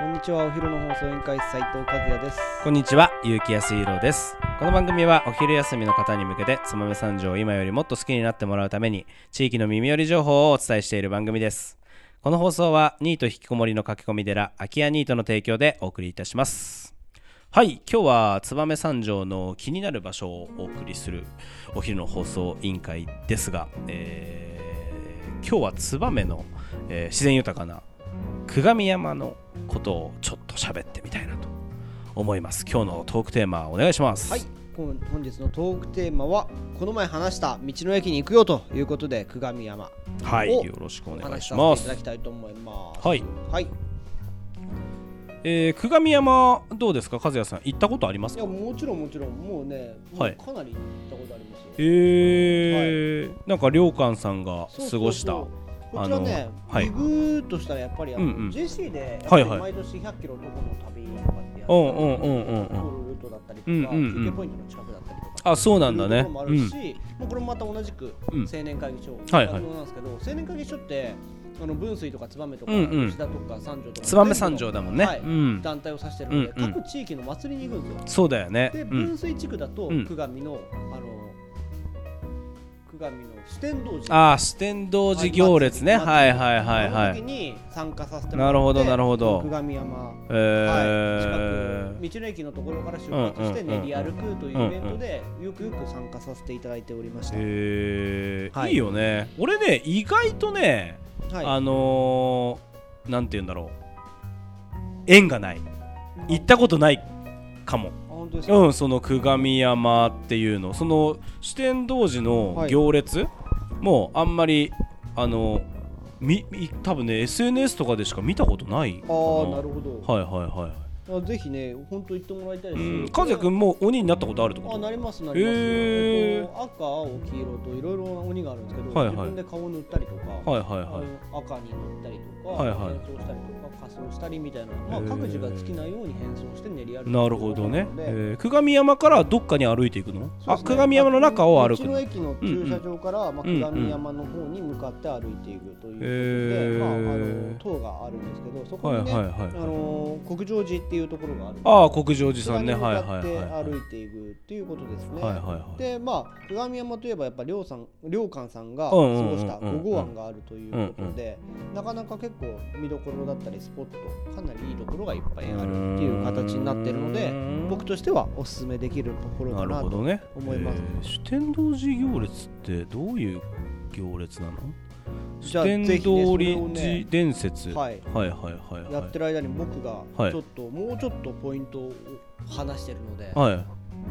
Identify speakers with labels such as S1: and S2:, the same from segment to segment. S1: こんにちはお昼の放送委員会斉藤和也です
S2: こんにちは、結城康弘です。この番組はお昼休みの方に向けて、つまめ三条を今よりもっと好きになってもらうために、地域の耳寄り情報をお伝えしている番組です。この放送は、ニート引きこもりの駆け込み寺、空き家ニートの提供でお送りいたします。はい、今日はつばめ三条の気になる場所をお送りするお昼の放送委員会ですが、えー今日はつばめの、えー自然豊かな久我美山のことをちょっと喋ってみたいなと思います今日のトークテーマお願いします
S1: はいこん本日のトークテーマはこの前話した道の駅に行くよということで久我美山
S2: はい
S1: お
S2: よろしくお
S1: お
S2: 願い
S1: 話し
S2: し
S1: さ
S2: ま
S1: せていた
S2: す
S1: だきたいと思います
S2: はい、
S1: はい、い
S2: えー、久我美山どうですか和也さん行ったことあります
S1: や
S2: か
S1: もちろんもちろんもうね、
S2: はい
S1: もうかなり行ったことありますよ
S2: えーなんか良寛さんが
S1: そうそう
S2: 過
S1: そう
S2: ごした
S1: こちらね
S2: あのはい
S1: ビグとしたらやっぱりあの、
S2: うんうん
S1: JC で
S2: はいはい
S1: 毎年100キロどこの旅とかってやって
S2: うんうんうんうんうん
S1: ゴールルートだったりとか、
S2: うんうんうん
S1: 休憩ポイントの近くだったりとか
S2: あそうなんだ
S1: いう
S2: ね
S1: ところもあ
S2: う
S1: る
S2: ん
S1: し、もうこれもまた同じく
S2: うん
S1: 青年会議所、
S2: はいはい
S1: 活動なんですけど、青年会議所ってあの分水とか燕とか
S2: うんうん
S1: 吉田とか三条とか、
S2: 燕三条だもんね、
S1: はい
S2: うん
S1: 団体を指してるので、
S2: うんうん
S1: 各地域の祭りに行くんですよ。
S2: そうだよねう
S1: で、
S2: ん
S1: 分水地区だと
S2: うん
S1: 久我美のあの久我美の四天王寺。
S2: ああ四天王寺行列ねはいはいはい
S1: その
S2: は
S1: 時
S2: い
S1: に参加させてもらって
S2: なるほどなるほど
S1: 久我美山
S2: え
S1: は
S2: ー
S1: い、近く道の駅のところから出発して
S2: うんうん
S1: 練
S2: うんうん
S1: り歩くというイベントでよくよく参加させていただいておりました。
S2: えー
S1: はい
S2: い、いよね俺ね意外とね、
S1: はい、
S2: あのー、なんて言うんだろう縁がない行ったことないかも
S1: あ本当ですか、
S2: うんその久我美山っていうのその四天王寺の行列、もうあんまりあのみみ多分ね SNS とかでしか見たことないか
S1: あ
S2: な
S1: あなるほど、
S2: はいはいはい
S1: あぜひね本当行ってもらいたいです、
S2: うん、和也君もう鬼になったことあるってこ
S1: あ
S2: と
S1: なりますなります、
S2: へー
S1: えっと、赤青黄色といろいろな鬼があるんですけど、
S2: はいはい
S1: 自分で顔を塗ったりとか、
S2: はいはい
S1: あ
S2: はい
S1: の赤に塗ったりとか、
S2: はいはい
S1: 変装したりとか仮装したりみたいな、まあ、
S2: へー
S1: 各自が好きなように変装して練り歩く
S2: なるほど
S1: ということ
S2: ね
S1: なの、で
S2: えー、久我美山からどっかに歩いていくの、
S1: そう
S2: あ
S1: ですね
S2: 久我美山の中を歩く
S1: 道
S2: の
S1: の
S2: へ
S1: 駅の駐車場から、まあ、
S2: うんうん
S1: 久我山の方に向かって歩いていくという
S2: え
S1: ことで、まあ、あ
S2: ー
S1: の塔があるんですけどそこ
S2: はい
S1: に
S2: はい
S1: ね、
S2: はい
S1: あのー国上寺っていうところがあるんです
S2: ああ国上寺
S1: そ
S2: さ
S1: こ
S2: ん
S1: に
S2: ね
S1: 向
S2: はい
S1: か
S2: はい
S1: っ
S2: はい
S1: て
S2: はい
S1: 歩いていくっていうことですね。
S2: はいはい
S1: でまあ久我山といえばやっぱりさん良寛さんが過
S2: うんうんうんうん
S1: ごした五号庵があるということでなかなか結構見どころだったりスポットかなりいいところがいっぱいあるっていう形になってるの
S2: う
S1: で
S2: ーん
S1: 僕としてはおすすめできるところ
S2: な
S1: か
S2: る
S1: な
S2: ほ
S1: と
S2: どね
S1: 思います
S2: えー四天王寺行列ってどういう行列なの
S1: じゃ
S2: 四
S1: あ
S2: 天
S1: ぜひね
S2: 王
S1: そ
S2: 寺
S1: れをね
S2: 伝説、
S1: はい
S2: はいはいはいはい
S1: やってる間に僕が
S2: はい
S1: ちょっともうちょっとポイントを話してるので
S2: はい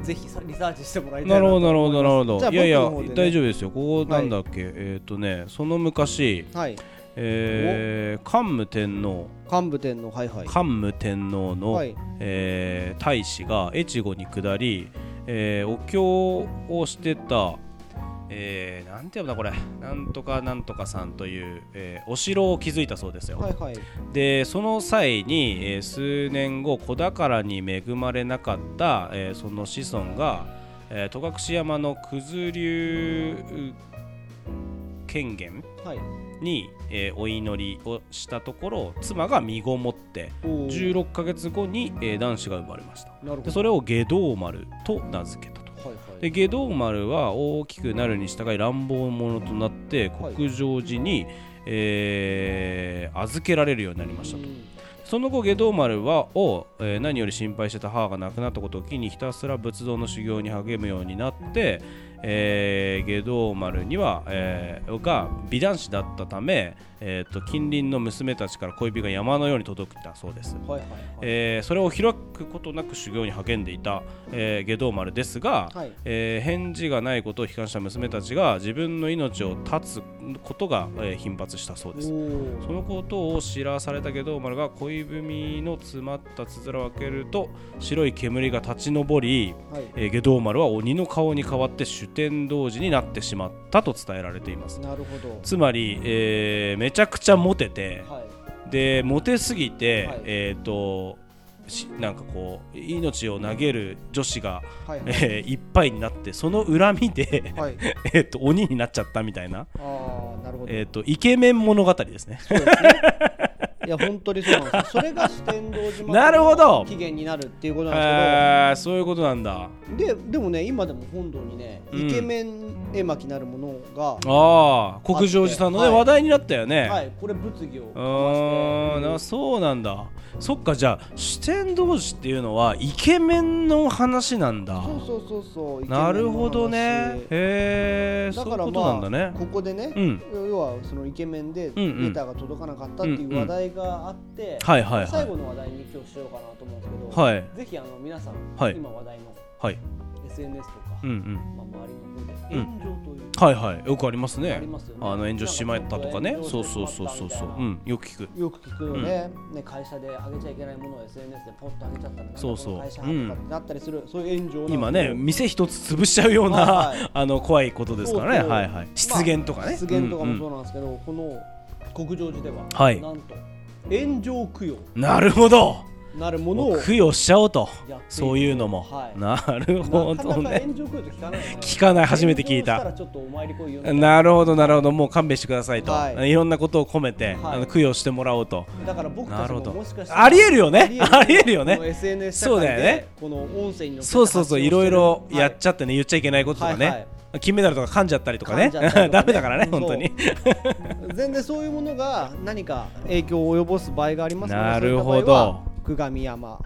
S1: ぜひさリサーチしてもらいたい
S2: なるほどなる
S1: と
S2: ほ
S1: 思い
S2: どな
S1: ま
S2: るほ
S1: す
S2: ど、
S1: じゃあ
S2: いやいや
S1: 僕の方でね
S2: 大丈夫ですよここなんだっけ、えっ、とねその昔
S1: はい
S2: えー、桓武天皇
S1: 幹部店のはいはい
S2: 桓武天皇の、
S1: はい
S2: えー大使が越後に下り、えーお経をしてた、えーなんていうんだこれなんとかなんとかさんという、えーお城を築いたそうですよ、
S1: はいはい
S2: でその際に、えー数年後子宝に恵まれなかった、えーその子孫が、えー戸隠山の九頭竜権限
S1: はい
S2: に、えーお祈りをしたところ妻が身ごもって
S1: おー
S2: 16ヶ月後に、えー男子が生まれました
S1: なるほ
S2: で
S1: ど
S2: それを下道丸と名付けたと
S1: はいはい
S2: で下道丸は大きくなるに従い乱暴者となって国上寺に、えー預けられるようになりましたと
S1: うん
S2: その後下道丸はを、えー何より心配してた母が亡くなったことを機にひたすら仏道の修行に励むようになって、えー下道丸には、えーが美男子だったため、えーと近隣の娘たちから恋人が山のように届いたそうです。
S1: はいはいはい。
S2: えーそれを開くことなく修行に励んでいた、えー下道丸ですが、
S1: はい
S2: えー返事がないことを悲観した娘たちが自分の命を絶つことが、えー頻発したそうです
S1: お
S2: そのことを知らされた下道丸が恋文の詰まったつづらを開けると白い煙が立ち上り、
S1: お。はい。
S2: えー下道丸は鬼の顔に変わって主天童子になってしまったと伝えられています
S1: なるほど。
S2: つまり、えーめちゃくちゃモテて、
S1: はい。
S2: でモテすぎて、
S1: はい
S2: えっ、としなんかこう命を投げる女子が、
S1: はいはい。
S2: えーいっぱいになってその恨みで
S1: はい。
S2: えーと鬼になっちゃったみたいな、
S1: ああ、なるほど。
S2: えー、とイケメン物語ですね
S1: そうですね。いや本当にそうなんですよそれが四天王島
S2: なるほど
S1: の起源になるっていうことなんですけど、
S2: へえそういうことなんだ
S1: ででもね今でも本堂にね
S2: うん
S1: イケメン絵巻なるものが、
S2: ああ国上寺さんのね、
S1: はい
S2: 話題になったよね、
S1: はいこれ物議を
S2: うーんなそうなんだそっかじゃあ四天童子っていうのはイケメンの話なんだ
S1: そうそうそうそうイケメンの話
S2: なるほどねへえそ
S1: だ
S2: うい
S1: か
S2: う
S1: ら
S2: ことなんだ
S1: まあ
S2: ね
S1: ここでね、
S2: うん
S1: 要はそのイケメンで
S2: うんうん
S1: レターが届かなかったっていう話題があって、
S2: はいはいは
S1: 最
S2: い
S1: 後の話題に今日しようかなと思うんですけど、
S2: はい
S1: ぜひあの皆さん、
S2: はい
S1: 今話題の
S2: はい
S1: SNS とか、
S2: うんうん
S1: まあ、周り
S2: う
S1: の
S2: ん
S1: 方で炎上という、
S2: はいはいよくあります
S1: あ
S2: ね
S1: りますよね
S2: あの炎上しまったとかね
S1: なんか
S2: そうそうそうそうそうう
S1: 炎
S2: んよく聞く
S1: よく聞くよね,、ね会社で上げちゃいけないものを SNS でポッと上げちゃったら
S2: そうそう
S1: なんだこの会社派とかってなったりする、そういう炎上なんで
S2: 今ね店一つ潰しちゃうような、
S1: はいは
S2: あの怖いことですから
S1: そ
S2: ね
S1: うそう
S2: はいはい失言とかね、
S1: まあ失言とか
S2: うんう
S1: も
S2: ん
S1: そうなんですけど、この国上寺では、
S2: はい
S1: なんと炎上供養
S2: なるほど
S1: なるもの
S2: も
S1: を
S2: う供養しちゃおうと
S1: やっていく
S2: そういうのも、
S1: はい
S2: なるほ
S1: なか
S2: ど
S1: なか
S2: ね
S1: 炎上供養と聞かないよね、
S2: 聞かない初めて聞いた
S1: 炎上したらちょっとお参り来いよみたいな
S2: なるほどなるほどもう勘弁してくださいと、、
S1: はいい
S2: ろんなことを込めて、
S1: はい
S2: あの供養してもらおうと
S1: だから僕
S2: な
S1: たち
S2: るほ
S1: も
S2: ど
S1: もしかしたら
S2: ありえるよねありえるよ
S1: この
S2: ね
S1: SNS
S2: そうだよね
S1: この音声に乗っ
S2: そうそうそういろいろやっ
S1: ち
S2: ちゃってね言っちゃいけないこととかね、
S1: はいはい
S2: 金メダルとか噛んじゃったりとか
S1: 噛
S2: ね
S1: んじゃったりとかね
S2: ダメだからね
S1: そう
S2: 本当 に
S1: 全然そういうものが何か影響を及ぼす場合がありますので
S2: なるほど
S1: そういった場合は久神山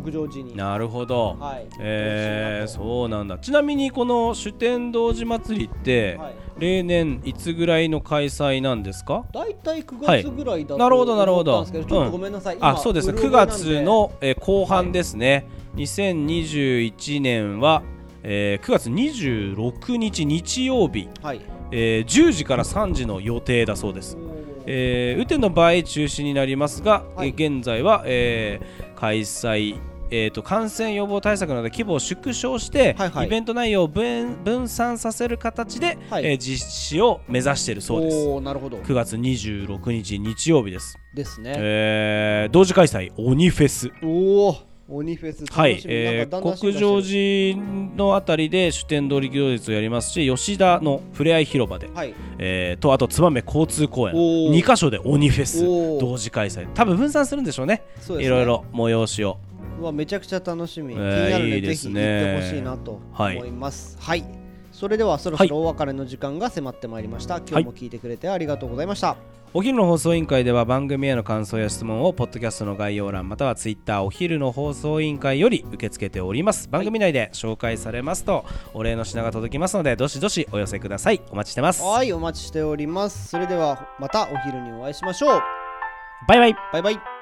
S1: 北上寺に
S2: なるほど、
S1: はい
S2: えー、そうなんだちなみにこの酒天童子祭りって、
S1: はい
S2: 例年いつぐらいの開催なんですか
S1: 大体9月ぐらいだと
S2: なるほどなるほど
S1: 思ったんですけどちょっとごめんなさい、
S2: あそうですね
S1: うろ覚え
S2: 9
S1: なん
S2: 月の、えー後半ですね、2021年は、えー9月26日日曜日、
S1: はい
S2: えー10時から3時の予定だそうですえー雨天の場合中止になりますが、
S1: はい
S2: えー現在は、えー開催、えーと感染予防対策などで規模を縮小して、
S1: はいはい
S2: イベント内容を分分散させる形で、
S1: はい
S2: えー実施を目指しているそうです
S1: おーなるほど
S2: 9月26日日曜日です、
S1: ですね、
S2: えー同時開催鬼フェス
S1: おお鬼フェス楽しみ
S2: はい、
S1: な
S2: え
S1: んかだんだ
S2: ー、
S1: ん進
S2: 国
S1: 化してる
S2: 上寺のあたりで主典通り行列をやりますし吉田のふれあい広場で、
S1: はい
S2: えーとあと燕交通公園
S1: おー
S2: 2か所で鬼フェス
S1: おー
S2: 同時開催多分分散するんでしょうね
S1: そうですね
S2: いろいろ催しを
S1: うわめちゃくちゃ楽しみ、
S2: えー
S1: 気になるので
S2: いいで
S1: ぜ
S2: す
S1: ひ
S2: ね
S1: 行ってほしいなと思いますはい、それではそろそろお別れの時間が迫ってまいりました、今日も聞いてくれてありがとうございました、
S2: お昼の放送委員会では番組への感想や質問をポッドキャストの概要欄またはツイッターお昼の放送委員会より受け付けております番組内で紹介されますとお礼の品が届きますのでどしどしお寄せくださいお待ちしてます
S1: はいお待ちしておりますそれではまたお昼にお会いしましょう
S2: バイバイ
S1: バイバイ